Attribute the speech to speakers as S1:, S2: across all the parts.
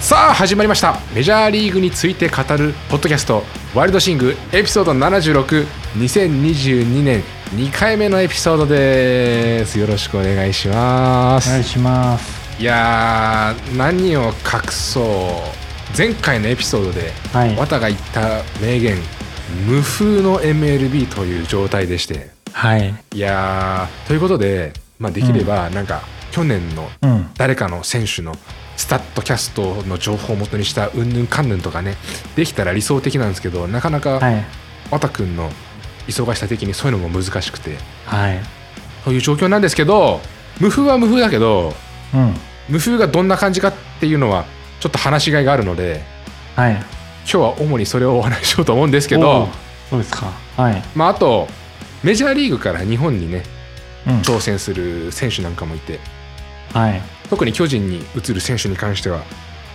S1: さあ始まりましたメジャーリーグについて語るポッドキャスト「ワイルドシング」エピソード762022年2回目のエピソードですよろしくお願いします、
S2: 願いします
S1: い、やー何を隠そう前回のエピソードで、
S2: はい
S1: 綿が言った名言無風の MLB という状態でして
S2: はい
S1: いやーということで、まあ、できればなんか、去年の
S2: うん
S1: 誰かの選手のスタッドキャストの情報を元にしたうんぬんかんぬんとかねできたら理想的なんですけどなかな
S2: は
S1: か
S2: い
S1: わたくんの忙しさ的にそういうのも難しくて
S2: はい
S1: という状況なんですけど無風は無風だけど
S2: うん
S1: 無風がどんな感じかっていうのはちょっと話しがいがあるので
S2: はい
S1: 今日は主にそれをお話ししようと思うんですけ
S2: お
S1: ど
S2: ー、そうですかはい
S1: まあ、あとメジャーリーグから日本にね
S2: うん
S1: 挑戦する選手なんかもいて
S2: はい
S1: 特に巨人に移る選手に関しては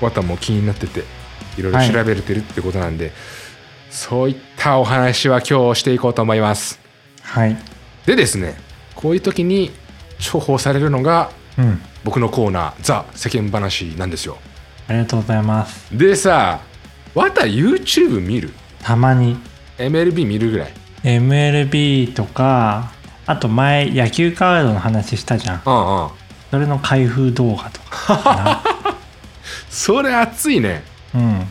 S1: 綿も気になってていろいろ調べれてるってことなんで、そういったお話は今日していこうと思います
S2: はい
S1: でですねこういう時に重宝されるのが
S2: うん
S1: 僕のコーナー「ザ世間話」なんですよ
S2: ありがとうございます
S1: でさ綿 YouTube 見る
S2: たまに
S1: MLB 見るぐらい
S2: MLB とかあと前野球カードの話したじゃん
S1: うんうん
S2: それの開封動画とかか
S1: それ熱いね
S2: なうん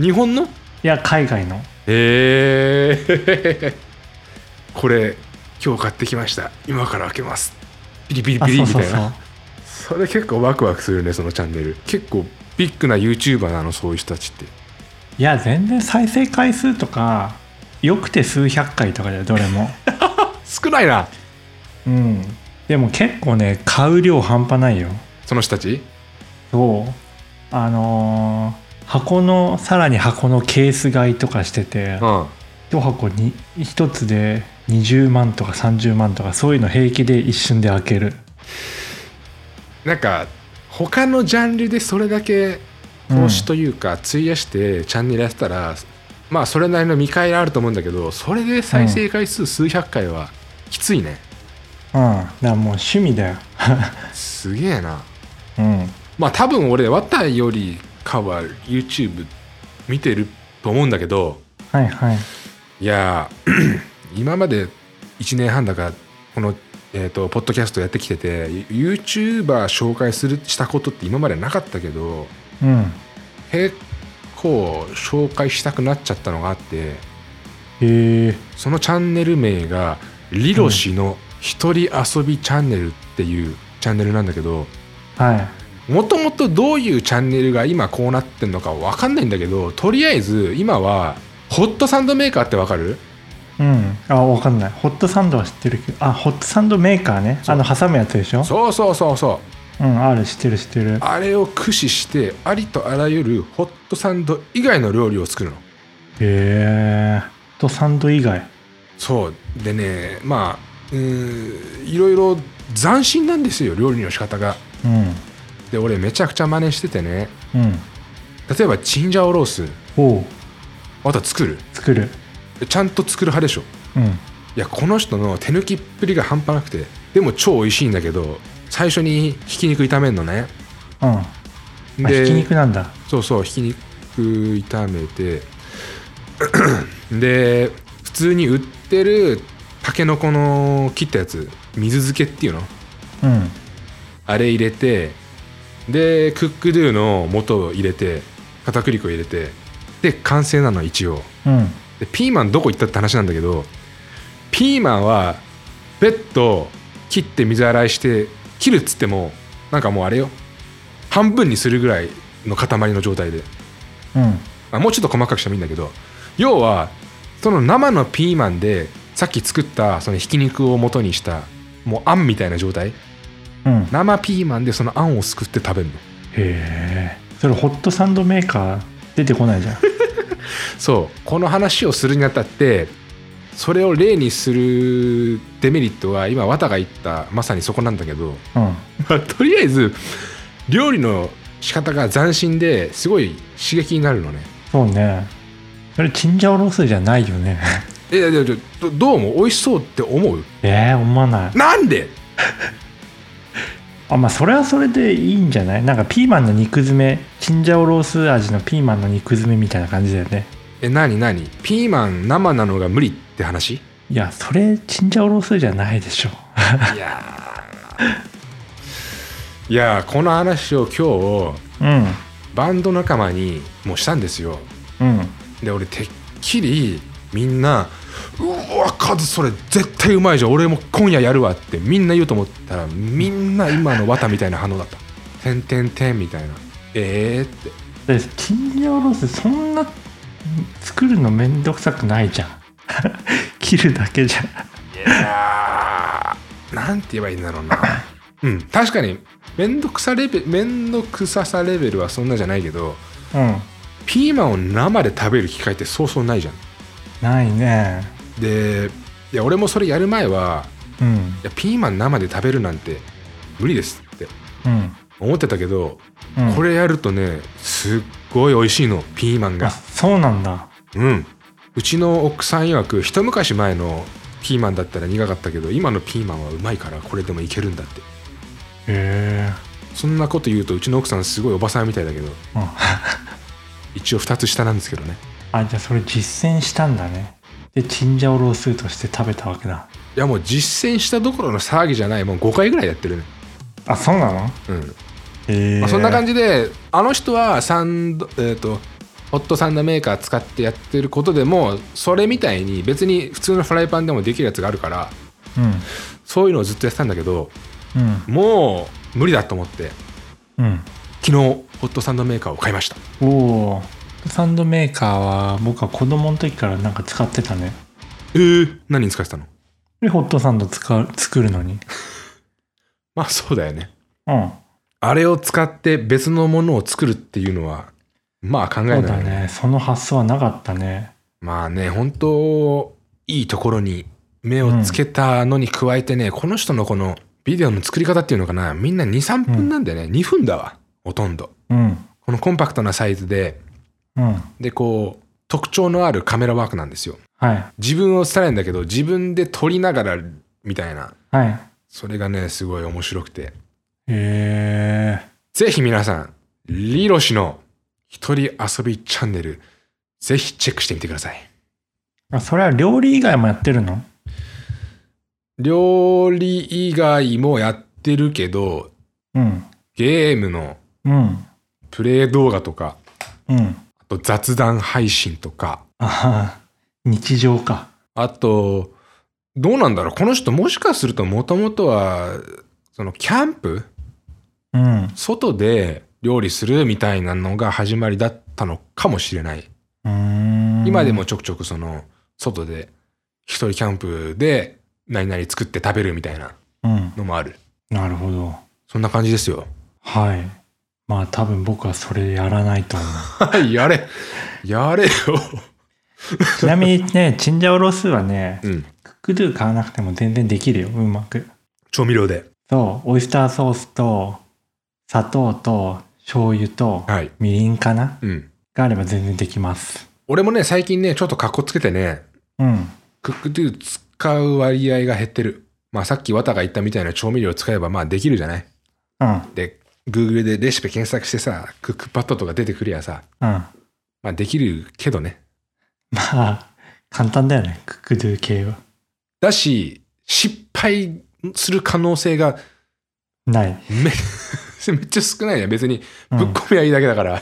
S2: い
S1: 日本の
S2: や海外の
S1: へえこれ今日買ってきました今から開けますピリピリ
S2: あ
S1: ピリ
S2: そう
S1: み
S2: そ
S1: たいな
S2: うそう
S1: それ結構ワクワクするねそのチャンネル結構ビッグな YouTuber なのそういう人たちって
S2: いや全然再生回数とかよくて数百回とかだよどれも
S1: 少ないな
S2: うんでも結構ね買う量半端ないよ
S1: その人たち
S2: そうあのー箱のさらに箱のケース買いとかしてて
S1: うん
S2: 1箱に1つで20万とか30万とかそういうの平気で一瞬で開ける
S1: なんか他のジャンルでそれだけ投資というか費やしてチャンネルやってたら、まあそれなりの見返りあると思うんだけどそれで再生回数数百回はきついね、
S2: うんだからもう趣味だよ
S1: すげえな
S2: うん
S1: まあ多分俺ワタよりかは YouTube 見てると思うんだけど
S2: はいはい
S1: いや ー今まで1年半だからこの、えー、とポッドキャストやってきてて YouTuber 紹介するしたことって今までなかったけど
S2: うん
S1: 結構紹介したくなっちゃったのがあって
S2: へえ
S1: そのチャンネル名がリロシの一人遊びチャンネルっていうチャンネルなんだけど、
S2: はい
S1: もともとどういうチャンネルが今こうなってんのかわかんないんだけどとりあえず今はホットサンドメーカーってわかる
S2: うんあわかんないホットサンドは知ってるけどあホットサンドメーカーね
S1: そう
S2: あの挟むやつでしょ
S1: そうそうそうそう
S2: うんある知ってる知ってる
S1: あれを駆使してありとあらゆるホットサンド以外の料理を作るの
S2: へえホットサンド以外
S1: そうでねまあうーんいろいろ斬新なんですよ料理の仕方が
S2: うん
S1: で俺めちゃくちゃ真似しててね
S2: うん
S1: 例えばチンジャオロース
S2: おう
S1: また作る
S2: 作る
S1: ちゃんと作る派でしょ
S2: うん
S1: いやこの人の手抜きっぷりが半端なくてでも超美味しいんだけど最初にひき肉炒めるのね
S2: うんあ
S1: で
S2: ひき肉なんだ
S1: そうそうひき肉炒めて で普通に売ってるたけのこの切ったやつ水漬けっていうの
S2: うん
S1: あれ入れてでクックドゥの素を入れて片栗粉入れてで完成なの一応
S2: うん
S1: でピーマンどこ行ったって話なんだけどピーマンは別途切って水洗いして切るっつってもなんかもうあれよ半分にするぐらいの塊の状態で、
S2: うん
S1: あ、もうちょっと細かくしてもいいんだけど要はその生のピーマンでさっき作ったそのひき肉を元にしたもうあんみたいな状態
S2: うん
S1: 生ピーマンでそのあんをすくって食べるの
S2: へえそれホットサンドメーカー出てこないじゃん
S1: そうこの話をするにあたってそれを例にするデメリットは今綿が言ったまさにそこなんだけど、
S2: うん
S1: まあ、とりあえず料理の仕方が斬新ですごい刺激になるのね
S2: そうねそれチンジャオロースじゃないよね
S1: えいやいやいやどどうも美味しそうって思う
S2: えー、思わない
S1: なんで
S2: あまあそれはそれでいいんじゃないなんかピーマンの肉詰めチンジャオロース味のピーマンの肉詰めみたいな感じだよね
S1: え何何ピーマン生なのが無理って話い
S2: いやそれチンジャオロースじゃないでしょ
S1: やーいやーこの話を今日
S2: うん
S1: バンド仲間にもうしたんですよ
S2: うん
S1: で俺てっきりみんな「うわカズそれ絶対うまいじゃん俺も今夜やるわ」ってみんな言うと思ったらみんな今の綿みたいな反応だった「てんてんてん」みたいな「えー」って
S2: でチンジャオロースそんな作るのめんどくさくないじゃん 切るだけじゃん
S1: あーなんて言えばいいんだろうなうん確かに面倒くさレベル面倒くささレベルはそんなじゃないけど
S2: うん
S1: ピーマンを生で食べる機会ってそうそうないじゃん
S2: ないね
S1: でいや俺もそれやる前は
S2: うん
S1: いやピーマン生で食べるなんて無理ですって
S2: うん、
S1: 思ってたけど、
S2: うん、
S1: これやるとねすっごい美味しいのピーマン
S2: あ
S1: が
S2: そうなんだ
S1: うんうちの奥さん曰く一昔前のピーマンだったら苦かったけど今のピーマンはうまいからこれでもいけるんだって
S2: へえ
S1: そんなこと言うとうちの奥さんすごいおばさんみたいだけど
S2: あ
S1: 一応2つ下なんですけどね
S2: あじゃあそれ実践したんだねでチンジャオロースとして食べたわけだ
S1: いやもう実践したどころの騒ぎじゃないもう5回ぐらいやってるね
S2: あそうなの
S1: うん、
S2: へえ、
S1: まあ、そんな感
S2: じ
S1: じであの人はサンドえっ、とホットサンドメーカー使ってやってることでもそれみたいに別に普通のフライパンでもできるやつがあるから
S2: うん
S1: そういうのをずっとやってたんだけど
S2: うん
S1: もう無理だと思って
S2: うん
S1: 昨日ホットサンドメーカーを買いました
S2: おおサンドメーカーは僕は子供の時からなんか使ってたね
S1: えー、何に使ってたの
S2: でホットサンド使う作るのに
S1: まあそうだよね
S2: うん
S1: あれを使って別のものを作るっていうのはまあ考えない
S2: そ
S1: よ
S2: うだねその発想はなかったね
S1: まあね本当いいところに目をつけたのに加えてね、この人のこのビデオの作り方っていうのかなみんな23分なんだよね、2分だわほとんど
S2: うん
S1: このコンパクトなサイズで
S2: うん
S1: でこう特徴のあるカメラワークなんですよ
S2: はい
S1: 自分を伝えないんだけど自分で撮りながらみたいな
S2: はい
S1: それがねすごい面白くて
S2: へえ
S1: ぜひ皆さんリロシの一人遊びチャンネルぜひチェックしてみてください
S2: あそれは料理以外もやってるの
S1: 料理以外もやってるけど
S2: うん
S1: ゲームの
S2: うん
S1: プレイ動画とか
S2: うん
S1: あと雑談配信とか
S2: あは日常か
S1: あとどうなんだろうこの人もしかするともともとはそのキャンプ
S2: うん
S1: 外で料理するみたいなのが始まりだったのかもしれない、
S2: うーん
S1: 今でもちょくちょくその外で一人キャンプで何々作って食べるみたいな
S2: うん
S1: のもある
S2: なるほど
S1: そんな感じですよ
S2: はいまあ多分僕はそれやらないと思う
S1: やれやれよ、
S2: ちなみにねチンジャオロースはね
S1: うん、
S2: クックドゥ買わなくても全然できるようまく
S1: 調味料で
S2: そうオイスターソースと砂糖と醤油と
S1: はい
S2: みりんかな
S1: うん
S2: があれば全然できます
S1: 俺もね最近ねちょっとカッコつけてね
S2: うん
S1: クックドゥ使う割合が減ってる。まあさっき綿が言ったみたいな調味料を使えばまあできるじゃない
S2: うん
S1: で、Google でレシピ検索してさ、クックパッドとか出てくりゃさ、
S2: うん
S1: まあできるけどね。
S2: まあ、簡単だよね、クックドゥ系は。
S1: だし、失敗する可能性が
S2: ない。
S1: めめっちゃ少ないね。別に
S2: うん
S1: ぶっ込みはいいだけだから。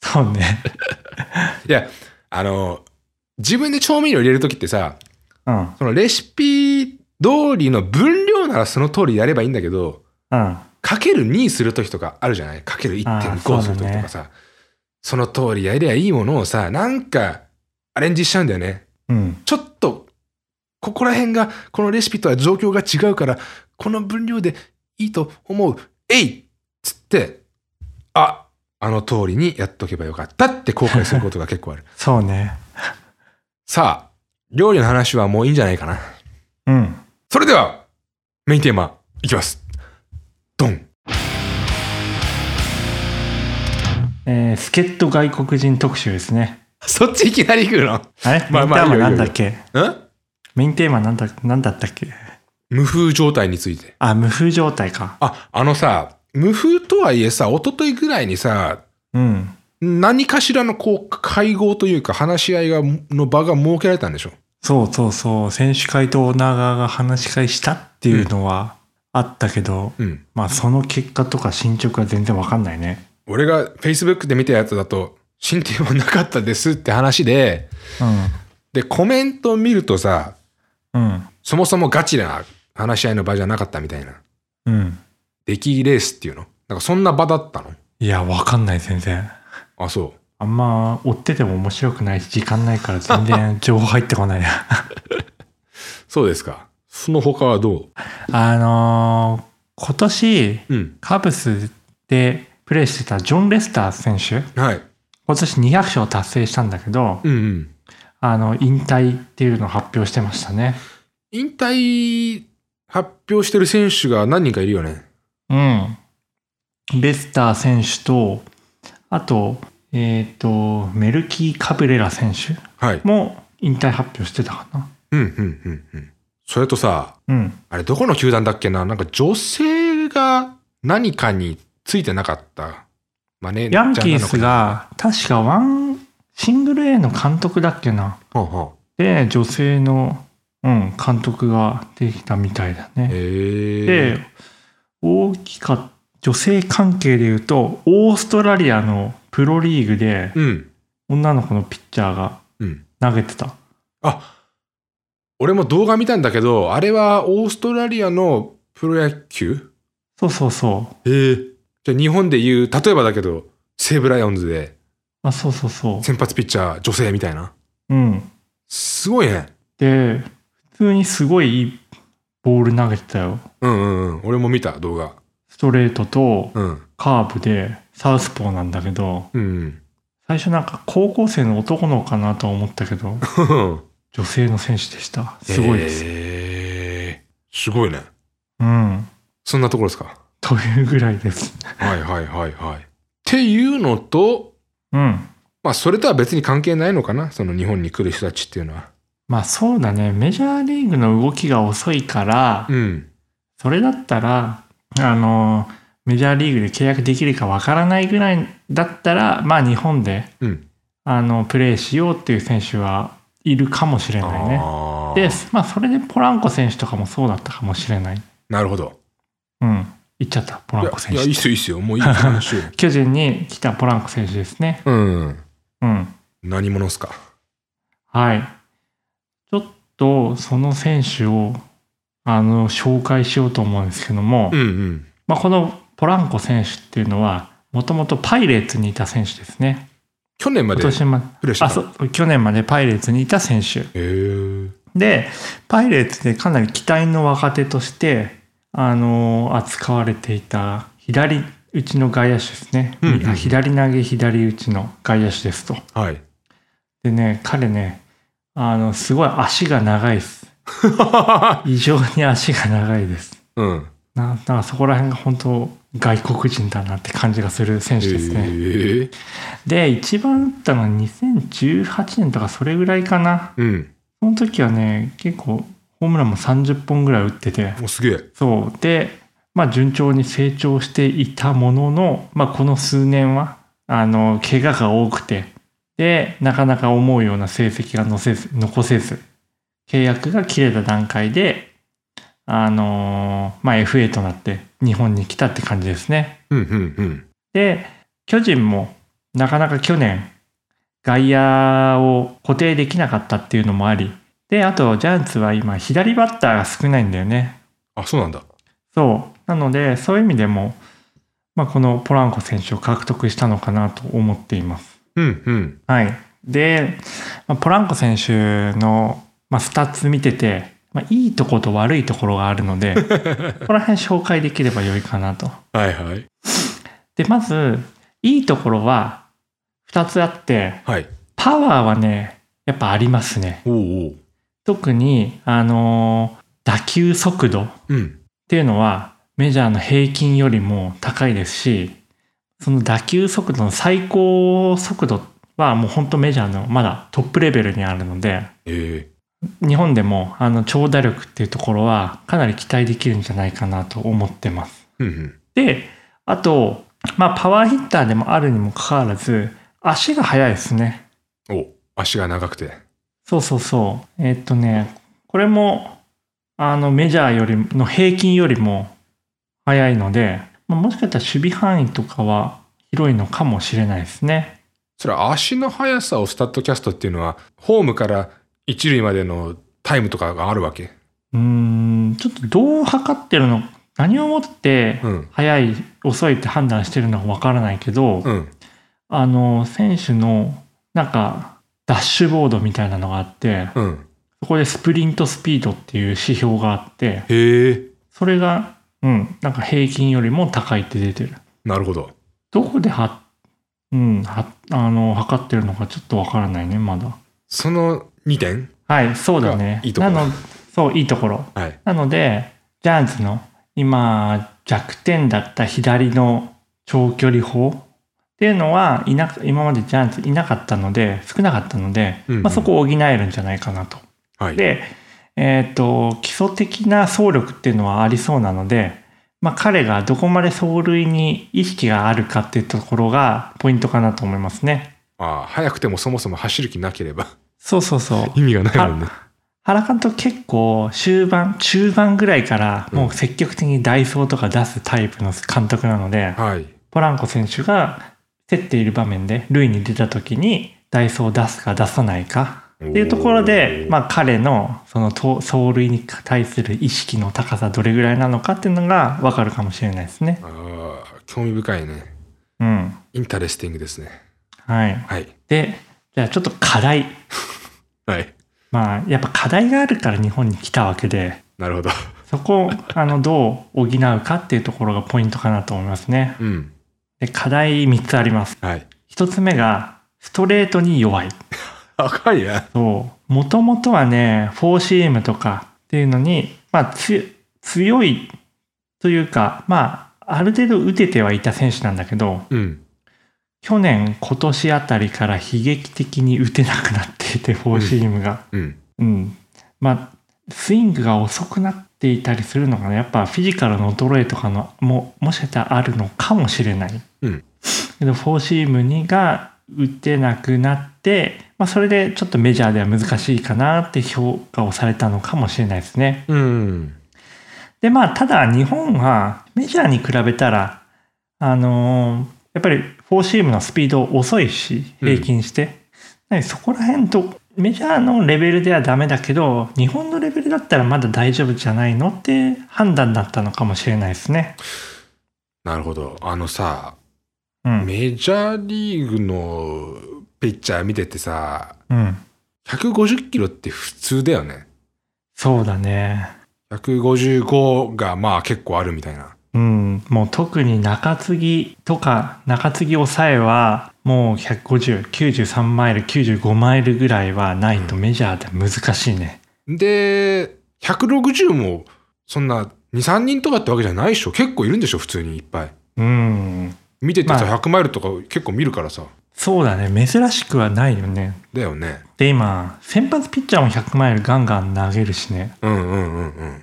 S2: そう ね。
S1: いや、あの、自分で調味料入れるときってさ、
S2: うん。
S1: そのレシピ通りの分量ならその通りやればいいんだけど、
S2: うん。
S1: かける2する時とかあるじゃないかける
S2: あーそ
S1: 1.5
S2: うだ
S1: する時と
S2: ね
S1: かさそ,、の通りやりゃいいものをさなんかアレンジしちゃうんだよね
S2: うん。
S1: ちょっとここら辺がこのレシピとは状況が違うからこの分量でいいと思うえいっつってああの通りにやっとけばよかったって後悔することが結構あ る
S2: そうね。
S1: さあ料理の話はもういいんじゃないかな
S2: うん。
S1: それではメインテーマいきますドン
S2: えー、助っ人外国人特集ですね。
S1: そっちいきなり行くの
S2: あれメインテ
S1: まあまあ
S2: ーマ
S1: いいよいよ
S2: ないんだっけ
S1: ん
S2: メインテーマなんだ、なんだったっけ
S1: 無風状態について。
S2: あ、無風状態か。
S1: あ、あのさ、無風とはいえさ、一昨日ぐらいにさ、
S2: うん。
S1: 何かしらのこう会合というか話し合いがの場が設けられたんでしょ
S2: そうそうそう。選手会とオーナー側が話し会したっていうのはあったけど、
S1: うん。
S2: まあその結果とか進捗は全然わかんないね。
S1: 俺が Facebook で見たやつだと、進展はなかったですって話で、で、コメントを見るとさ、
S2: うん。うん。
S1: そもそもガチな話し合いの場じゃなかったみたいな。
S2: うん。
S1: 出来レースっていうのなんかそんな場だったの
S2: いや、わかんない全然。
S1: あ、そ
S2: あんま追ってても面白くないし、時間ないから全 然情報入ってこないな。
S1: う。そうですか。その他はど
S2: あのー今年、
S1: ううん。
S2: カブスでプレーしてたジョン・レスター選手、
S1: はい。
S2: 今年200勝達成したんだけど、
S1: うんうん。
S2: あの、引退っていうのを発表してましたね。
S1: 引退発表してる選手が何人かいるよね。
S2: うん。レスター選手と、あと、えっ、と、メルキー・カブレラ選手
S1: はい。
S2: も引退発表してたかな。
S1: うんうんうんうん。それとさ、
S2: うん。
S1: あれどこの球団だっけななんか女性が何かについてなかった。マネージャ
S2: ヤ
S1: ーな
S2: ン
S1: のか
S2: キースが、確かワン、シングル A の監督だっけな。
S1: はあはあ
S2: で、女性の、うん、監督ができたみたいだね。
S1: へえ。
S2: で、大きかった、女性関係で言うと、オーストラリアのプロリーグで、
S1: うん。
S2: 女の子のピッチャーが
S1: うん。
S2: 投げてた。
S1: あ俺も動画見たんだけど、あれはオーストラリアのプロ野球
S2: そうそうそう。
S1: へえ。じゃあ日本でいう、例えばだけど、西武ライオンズで
S2: あ、そうそうそ
S1: 先発ピッチャー女性みたいな。
S2: う。うん。
S1: すごいね。
S2: で、普通にすごいいいボール投げてたよ。
S1: うんうんうん。俺も見た動画。
S2: ストレートと
S1: うん。うん
S2: カーブでサウスポーなんだけど、
S1: うん。
S2: 最初なんか高校生の男の子かなと思ったけど、女性の選手でした。すごいです。
S1: へえすごいね。
S2: うん。
S1: そんなところですか。
S2: というぐらいです。
S1: はいはいはいはい。っていうのと、
S2: うん。
S1: まあそれとは別に関係ないのかな。その日本に来る人たちっていうのは。
S2: まあそうだね。メジャーリーグの動きが遅いから、
S1: うん。
S2: それだったら、あの、メジャーリーグで契約できるかわからないぐらいだったら、まあ日本で
S1: うん。
S2: あのプレーしようっていう選手はいるかもしれないね。
S1: あー
S2: で、まあ、それでポランコ選手とかもそうだったかもしれない。
S1: なるほど。
S2: うん。行っちゃった、
S1: い
S2: ポラン
S1: や
S2: コ選
S1: いや、いい
S2: 手
S1: っ。すよいいっすよ。もういい話よ
S2: 巨人に来たポランコ選手ですね。
S1: うん。
S2: うん。
S1: 何者っすか。
S2: はい。ちょっと、その選手を、あの、紹介しようと思うんですけども、
S1: うんうん。
S2: まあ、このポランコ選手っていうのは、もともとパイレーツにいた選手ですね。
S1: 去年ま
S2: 今
S1: で
S2: 年まで、
S1: プレーしてた。
S2: あ、そう、去年までパイレーツにいた選手。
S1: へえ。
S2: で、パイレーツでかなり期待の若手として、あのー扱われていた左打ちの外野手ですね。
S1: うんうん
S2: あ左投げ、左打ちの外野手ですと。
S1: はい。
S2: でね、彼ね、あの、すごい足が長い です。異常に足が長いです。
S1: うん。
S2: ななんかそこら辺が本当外国人だなって感じがする選手ですね。
S1: へえ
S2: で、一番打ったのは2018年とかそれぐらいかな。
S1: うん。
S2: その時はね、結構ホームランも30本ぐらい打ってて。
S1: もうすげえ。
S2: そうで、まあ、順調に成長していたものの、まあ、この数年はあの怪我が多くてでなかなか思うような成績がのせず残せず契約が切れた段階で、あのまあ、FA となって日本に来たって感じですね。
S1: うんうんうん。
S2: で巨人もなかなか去年外野を固定できなかったっていうのもありであとジャイアンツは今左バッターが少ないんだよね。
S1: あ、そうなんだ。
S2: そう。なので、そういう意味でも、まあ、このポランコ選手を獲得したのかなと思っています。
S1: うんうん。
S2: はい。で、まあ、ポランコ選手の、まあ、スタッツ見てて、まあ、いいとこと悪いところがあるので、ここら辺紹介できれば良いかなと。
S1: はいはい。
S2: で、まず、いいところは2つあって、
S1: はい。
S2: パワーはね、やっぱありますね。
S1: おうおう。
S2: 特に、あのー打球速度。
S1: うん。
S2: っていうのはメジャーの平均よりも高いですしその打球速度の最高速度はもう本当メジャーのまだトップレベルにあるので
S1: え
S2: 日本でもあの長打力っていうところはかなり期待できるんじゃないかなと思ってます。
S1: うんうん
S2: で、あと、まあ、パワーヒッターでもあるにもかかわらず、足が速いですね。
S1: お足が長くて
S2: そうそうそう。えっとね、これも、あの、メジャーよりも、の平均よりも速いので、まあ、もしかしたら守備範囲とかは広いのかもしれないですね。
S1: それは足の速さをスタッドキャストっていうのはホームから一塁までのタイムとかがあるわけ
S2: うーん、ちょっとどう測ってるの、何をもって
S1: うん
S2: 速い、遅いって判断してるのかわからないけど、
S1: うん
S2: あの、選手の、なんか、ダッシュボードみたいなのがあって、
S1: うん
S2: そこでスプリントスピードっていう指標があって、
S1: へえ
S2: それが、うん、なんか平均よりも高いって出てる。
S1: なるほど
S2: どこでは、うん、は、あの、測ってるのかちょっとわからないね、まだ。
S1: その2点
S2: はい、そうだね。
S1: がいいところ
S2: なの、そう、いいところ。
S1: はい
S2: なので、ジャイアンツの今、弱点だった左の長距離砲っていうのは、いな、今までジャイアンツいなかったので、少なかったので、
S1: うんうん
S2: まあ、そこを補えるんじゃないかなと。
S1: はい
S2: で、えっと基礎的な走力っていうのはありそうなので、まあ、彼がどこまで走塁に意識があるかっていうところがポイントかなと思いますね。
S1: ああ速くてもそもそも走る気なければ
S2: そうそうそう。
S1: 意味がないもんね
S2: 原監督結構終盤中盤ぐらいからもう積極的にダイソーとか出すタイプの監督なので、
S1: はい
S2: ポランコ選手が競っている場面で塁に出た時にダイソーを出すか出さないかっていうところで
S1: お、ー
S2: まあ、彼のそのと走塁に対する意識の高さどれぐらいなのかっていうのが分かるかもしれないですね。
S1: ああ興味深いね
S2: うん。
S1: インタレスティングですね
S2: はい。
S1: はい
S2: で、じゃあちょっと課題。
S1: はい
S2: まあ、やっぱ課題があるから日本に来たわけで、
S1: なるほど
S2: そこをあのどう補うかっていうところがポイントかなと思いますね。
S1: うん
S2: で、課題3つあります。
S1: はい
S2: 1つ目が、ストレートに弱い。
S1: 赤いね
S2: そう。もともとはね、フォーシームとかっていうのに、まあ、つ強いというか、まあ、ある程度打ててはいた選手なんだけど、
S1: うん
S2: 去年、今年あたりから悲劇的に打てなくなっていて、フォーシームが。
S1: うん
S2: うん。まあ、スイングが遅くなっていたりするのがね、やっぱフィジカルの衰えとかのも、もしかしたらあるのかもしれない。
S1: うん
S2: けど、フォーシーム2が打てなくなって、まあ、それでちょっとメジャーでは難しいかなって評価をされたのかもしれないですね。
S1: うん
S2: で、まあ、ただ日本はメジャーに比べたら、あのーやっぱりフォーシームのスピード遅いし、
S1: うん
S2: 平均して。なのでそこら辺と、メジャーのレベルではダメだけど、日本のレベルだったらまだ大丈夫じゃないのって判断だったのかもしれないですね。
S1: なるほどあのさ
S2: うん。
S1: メジャーリーグのピッチャー見ててさ
S2: うん。
S1: 150キロって普通だよね
S2: そうだね。
S1: 155がまあ結構あるみたいな
S2: うん。もう特に中継ぎとか、中継ぎ抑えは、もう150、93マイル、95マイルぐらいはないとメジャーでは難しいね。
S1: で160もそんな23人とかってわけじゃないでしょ結構いるんでしょ普通にいっぱい
S2: うん。
S1: 見ててさ、
S2: ま
S1: 100マイルとか結構見るからさ
S2: そうだね。珍しくはないよね。
S1: だよね
S2: で、今、先発ピッチャーも100マイルガンガン投げるしね。
S1: うんうんうんうん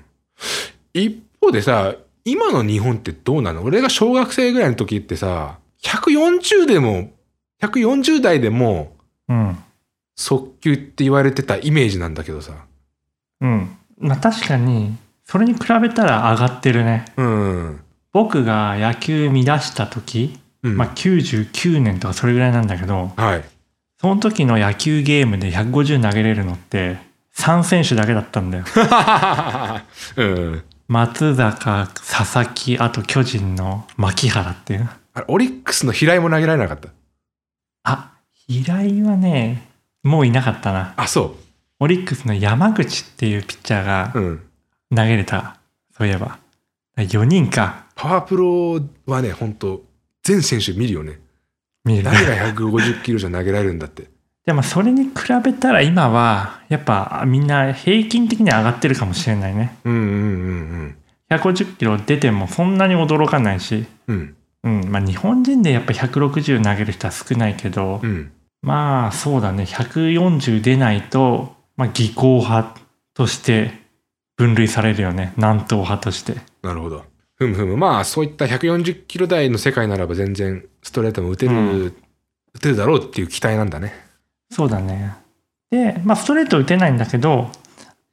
S1: 一方でさ今の日本ってどうなの俺が小学生ぐらいの時ってさ140でも140代でも
S2: うん。
S1: 速球って言われてたイメージなんだけどさ
S2: うん。まあ確かに、それに比べたら上がってるね。
S1: うん
S2: 僕が野球見出した時、
S1: うん、
S2: まあ99年とかそれぐらいなんだけど、
S1: はい
S2: その時の野球ゲームで150投げれるのって、3選手だけだっ たんだよ。
S1: うん、
S2: 松坂、佐々木、あと巨人の牧原っていう。
S1: あれオリックスの平井も投げられなかった
S2: あ、平井はね、もういなかったな。
S1: あそ
S2: オリックスの山口っていうピッチャーが
S1: う、うん、
S2: 投げれた、そういえば。4人か、
S1: パワープロはね本当全選手見るよね
S2: 見る
S1: 誰が150キロじゃ投げられるんだって
S2: でもそれに比べたら今は、やっぱみんな平均的に上がってるかもしれないね。
S1: うんうんうん
S2: 150キロ出てもそんなに驚かないし、
S1: うんうん
S2: うん、まあ日本人でやっぱ160投げる人は少ないけど
S1: う、ん
S2: まあそうだね、140出ないと、まあ、技巧派として分類されるよね。南東派として。
S1: なるほど。ふむふむ。まあ、そういった140キロ台の世界ならば全然ストレートも打てる、
S2: うん
S1: 打てるだろうっていう期待なんだね。
S2: そうだね。で、まあ、ストレート打てないんだけど、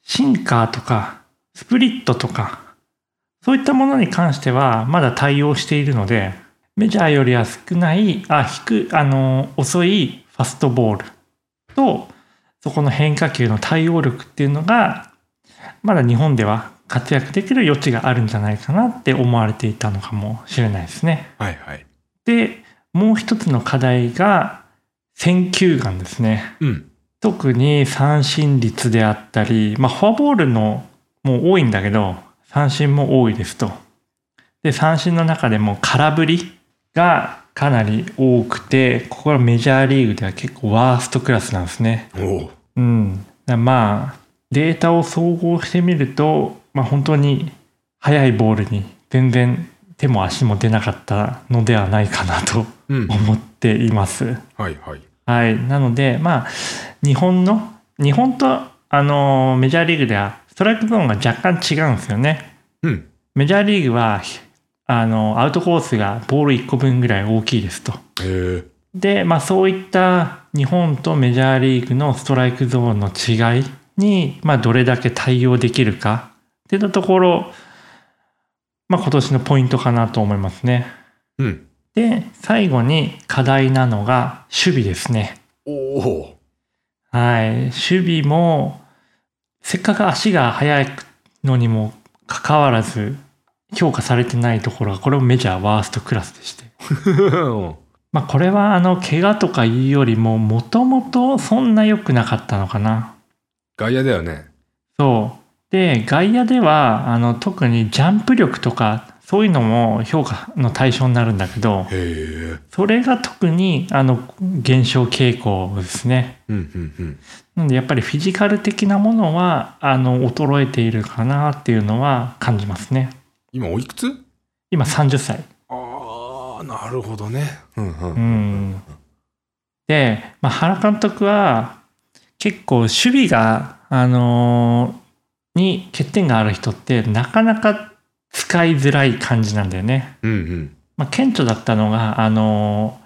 S2: シンカーとか、スプリットとか、そういったものに関しては、まだ対応しているので、メジャーよりは少ない、あ、低い、あの、遅いファストボールと、そこの変化球の対応力っていうのが、まだ日本では活躍できる余地があるんじゃないかなって思われていたのかもしれないですね。
S1: はいはい。
S2: で、もう一つの課題が、選球眼ですね。
S1: うん。
S2: 特に三振率であったり、まあ、フォアボールのもう多いんだけど三振も多いですと。で三振の中でも空振りがかなり多くてここはメジャーリーグでは結構ワーストクラスなんですね。
S1: おお。
S2: うん、だからまあデータを総合してみると、まあ、本当に速いボールに全然手も足も出なかったのではないかなと
S1: うん。
S2: 思っています。
S1: はいはい。
S2: はい、なので、まあ、日本の、日本と、あのーメジャーリーグでは、ストライクゾーンが若干違うんですよね。
S1: うん。
S2: メジャーリーグは、ひあのーアウトコースがボール1個分ぐらい大きいですと。
S1: えー、
S2: で、まあ、そういった日本とメジャーリーグのストライクゾーンの違いに、まあ、どれだけ対応できるかっていったところ、まあ、今年のポイントかなと思いますね。
S1: うん。
S2: で、最後に課題なのが守備ですね。
S1: おお。
S2: はい、守備もせっかく足が速いのにもかかわらず評価されてないところがこれもメジャーワーストクラスでして、まあ、これはあの怪我とかいうよりももともとそんな良くなかったのかな
S1: 外野だよね。
S2: そうで外野ではあの特にジャンプ力とかそういうのも評価の対象になるんだけど
S1: へえ。
S2: それが特にあの減少傾向ですね
S1: うんうんうん。
S2: なんでやっぱりフィジカル的なものはあの衰えているかなっていうのは感じますね。
S1: 今おいくつ
S2: 今30歳。
S1: ああ、なるほどね。うんうん。
S2: うん、で、まあ、原監督は結構守備が、あのーに欠点がある人ってなかなか使いづらい感じなんだよね。
S1: うんうん。
S2: まあ、顕著だったのが、あの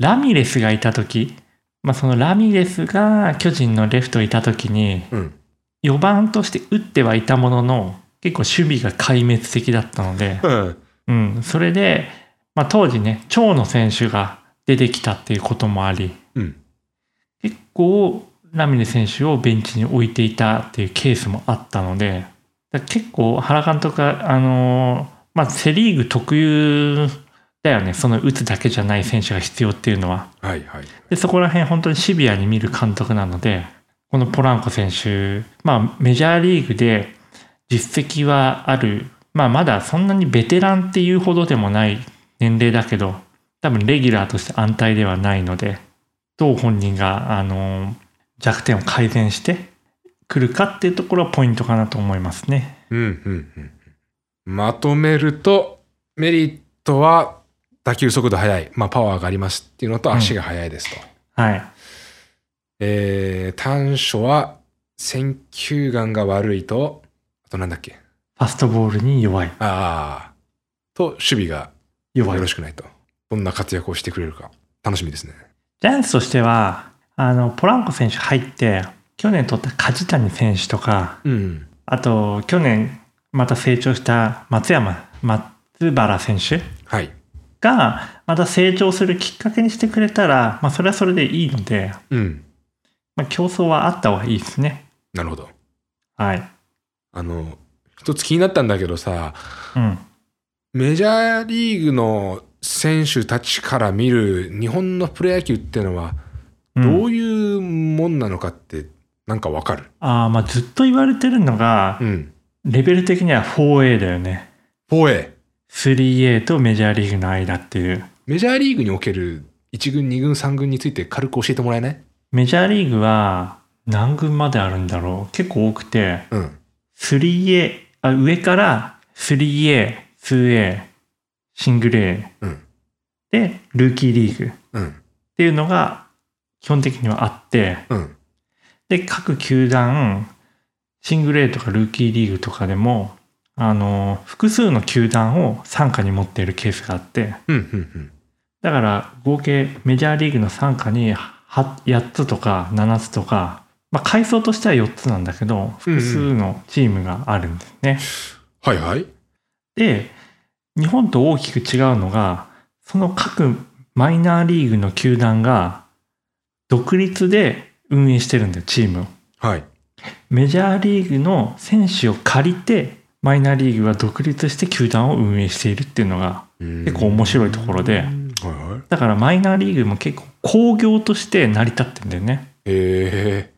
S2: ーラミレスがいた時、まあ、そのラミレスが巨人のレフトいた時に
S1: うん。
S2: 4番として打ってはいたものの結構守備が壊滅的だったので、
S1: うん。
S2: うん、それで、まあ、当時ね長野選手が出てきたっていうこともあり
S1: うん。
S2: 結構ラミレ選手をベンチに置いていたっていうケースもあったのでだから結構原監督はあのーまあ、セ・リーグ特有だよねその打つだけじゃない選手が必要っていうのは。
S1: はいはい。
S2: でそこら辺本当にシビアに見る監督なのでこのポランコ選手、まあ、メジャーリーグで実績はある、まあ、まだそんなにベテランっていうほどでもない年齢だけど多分レギュラーとして安泰ではないのでどう本人があの弱点を改善してくるかっていうところはポイントかなと思いますね。
S1: うんうんうん。まとめると、メリットは、打球速度速い、まあ、パワーがありますっていうのと、
S2: うん
S1: 足が速いですと。
S2: はい、
S1: えー、短所は、選球眼が悪いと、あとなんだっけ、
S2: ファストボールに弱い
S1: ああ、と、守備が
S2: 弱い
S1: よろしくないと。どんな活躍をしてくれるか、楽しみですね。
S2: ジャイアンツとしては、あの、ポランコ選手入って、去年取った梶谷選手とか、
S1: うん。
S2: あと、去年また成長した松山、松原選手
S1: はい。
S2: が、また成長するきっかけにしてくれたら、まあ、それはそれでいいので、
S1: うん。
S2: まあ、競争はあった方がいいですね。
S1: なるほど。
S2: はい。
S1: あの、一つ気になったんだけどさ、
S2: うん。
S1: メジャーリーグの選手たちから見る日本のプロ野球っていうのは
S2: うん
S1: どういうもんなのかってなんかわかる、
S2: あーまあ、ずっと言われてるのが、
S1: うん、
S2: レベル的には 4A だよね。
S1: 4A
S2: 3A とメジャーリーグの間っていう。
S1: メジャーリーグにおける1軍2軍3軍について軽く教えてもらえない
S2: メジャーリーグは何軍まであるんだろう結構多くて、
S1: うん、
S2: 3A、あ上から 3A、2A、シングル A
S1: うん、
S2: で、ルーキーリーグっ
S1: うん、
S2: ていうのが基本的にはあって、
S1: うん、
S2: で、各球団、シングル A とかルーキーリーグとかでも、あの、複数の球団を傘下に持っているケースがあって、
S1: うんうん
S2: だから合計メジャーリーグの傘下には8つとか7つとか、まあ、階層としては4つなんだけど、複数のチームがあるんですね。
S1: はいはい
S2: で、日本と大きく違うのが、その各マイナーリーグの球団が独立で運営してるんだよ、チームを。
S1: はい
S2: メジャーリーグの選手を借りて、マイナーリーグは独立して球団を運営しているっていうのが、
S1: 結
S2: 結構面白いところで
S1: はいはい
S2: だからマイナーリーグも結構工業として成り立ってんだよね。
S1: ええ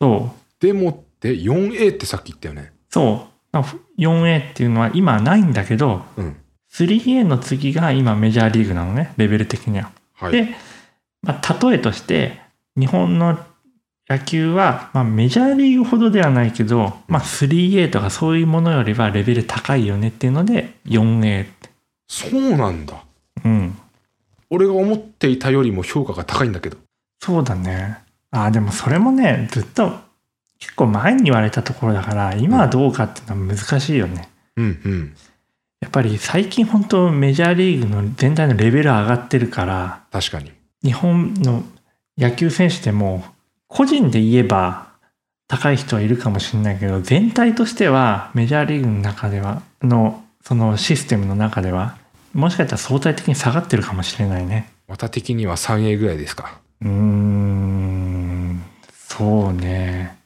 S2: そう。
S1: でもって 4A ってさっき言ったよね
S2: そう。4A っていうのは今はないんだけど、
S1: うん
S2: 3A の次が今メジャーリーグなのね、レベル的には。
S1: はい
S2: で、まあ、例えとして、日本の野球は、まあ、メジャーリーグほどではないけど、まあ、3A とかそういうものよりはレベル高いよねっていうので、4A。
S1: そうなんだ
S2: うん。
S1: 俺が思っていたよりも評価が高いんだけど
S2: そうだね。ああ、でもそれもね、ずっと結構前に言われたところだから、今はどうかっていうのは難しいよね。
S1: うんうん
S2: やっぱり最近本当メジャーリーグの全体のレベル上がってるから、
S1: 確かに
S2: 日本の野球選手でも個人で言えば高い人はいるかもしれないけど全体としてはメジャーリーグの中ではのそのシステムの中ではもしかしたら相対的に下がってるかもしれないね
S1: また的には 3A ぐらいですか
S2: うーんそうね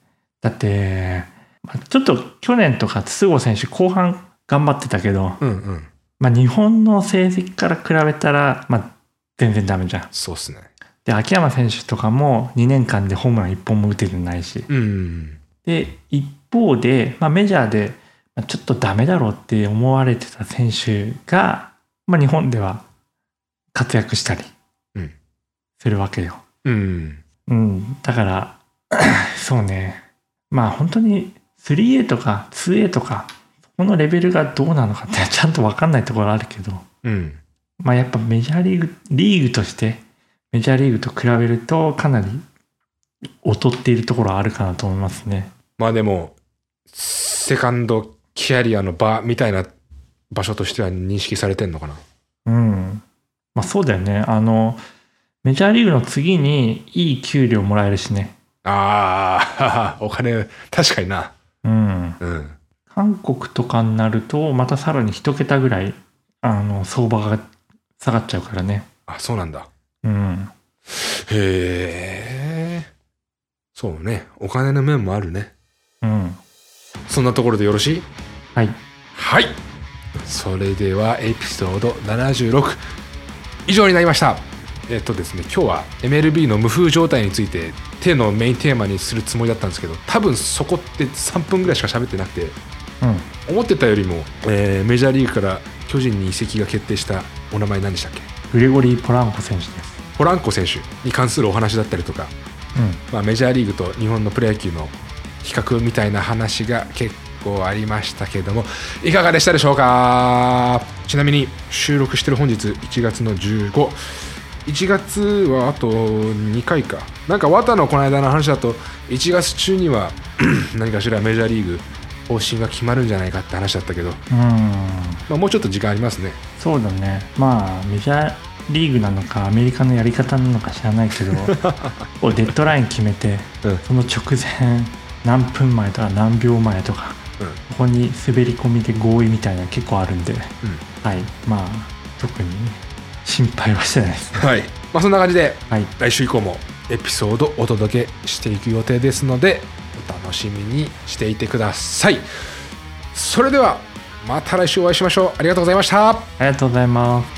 S2: だってまあちょっと去年とか筒香選手後半頑張ってたけど、
S1: うんうん
S2: まあ、日本の成績から比べたら、まあ、全然ダメじゃん
S1: そうっすね
S2: で秋山選手とかも2年間でホームラン1本も打ててないし
S1: うんうん
S2: で一方で、まあ、メジャーでまあちょっとダメだろうって思われてた選手が、まあ、日本では活躍したり
S1: うん
S2: するわけよ、
S1: うんうん
S2: うん、だから そうねまあ本当に 3A とか 2A とかそこのレベルがどうなのかってちゃんと分かんないところあるけど
S1: うん
S2: まあやっぱメジャーリーグ、リーグとして、メジャーリーグと比べるとかなり劣っているところはあるかなと思いますね。
S1: まあでもセカンドキャリアの場みたいな場所としては認識されてんのかな
S2: うん。まあそうだよね。あの、メジャーリーグの次にいい給料もらえるしね。
S1: ああ お金確かにな
S2: うん。
S1: うん
S2: 韓国とかになると、またさらに一桁ぐらい、あの、相場が下がっちゃうからね。
S1: あそうなんだ
S2: うん。
S1: へえそうねお金の面もあるね
S2: うん。
S1: そんなところでよろしい
S2: はい。
S1: はいそれではエピソード76以上になりましたえっとですね今日は MLB の無風状態について手のメインテーマにするつもりだったんですけど多分そこって3分ぐらいしか喋ってなくて
S2: うん。
S1: 思ってたよりも、えーメジャーリーグから巨人に移籍が決定したお名前何でしたっけ
S2: グレゴリー・ポランコ選手です。
S1: ポランコ選手に関するお話だったりとか
S2: うん。
S1: まあ、メジャーリーグと日本のプロ野球の比較みたいな話が結構ありましたけどもいかがでしたでしょうかちなみに収録してる本日1月の151月はあと2回かなんか綿のこの間の話だと1月中には 何かしらメジャーリーグ方針が決まるんじゃないかって話だったけど、
S2: うん。
S1: まあ、もうちょっと時間ありますね
S2: そうだねまあメジャーリーグなのかアメリカのやり方なのか知らないけどこうデッドライン決めて
S1: うんうん
S2: その直前何分前とか何秒前とかここに滑り込みで合意みたいなの結構あるんではいまあ特に心配はしてないです
S1: はい、まあ、そんな感じで
S2: はい
S1: 来週以降もエピソードお届けしていく予定ですのでお楽しみにしていてくださいそれではまた来週お会いしましょうありがとうございました
S2: ありがとうございます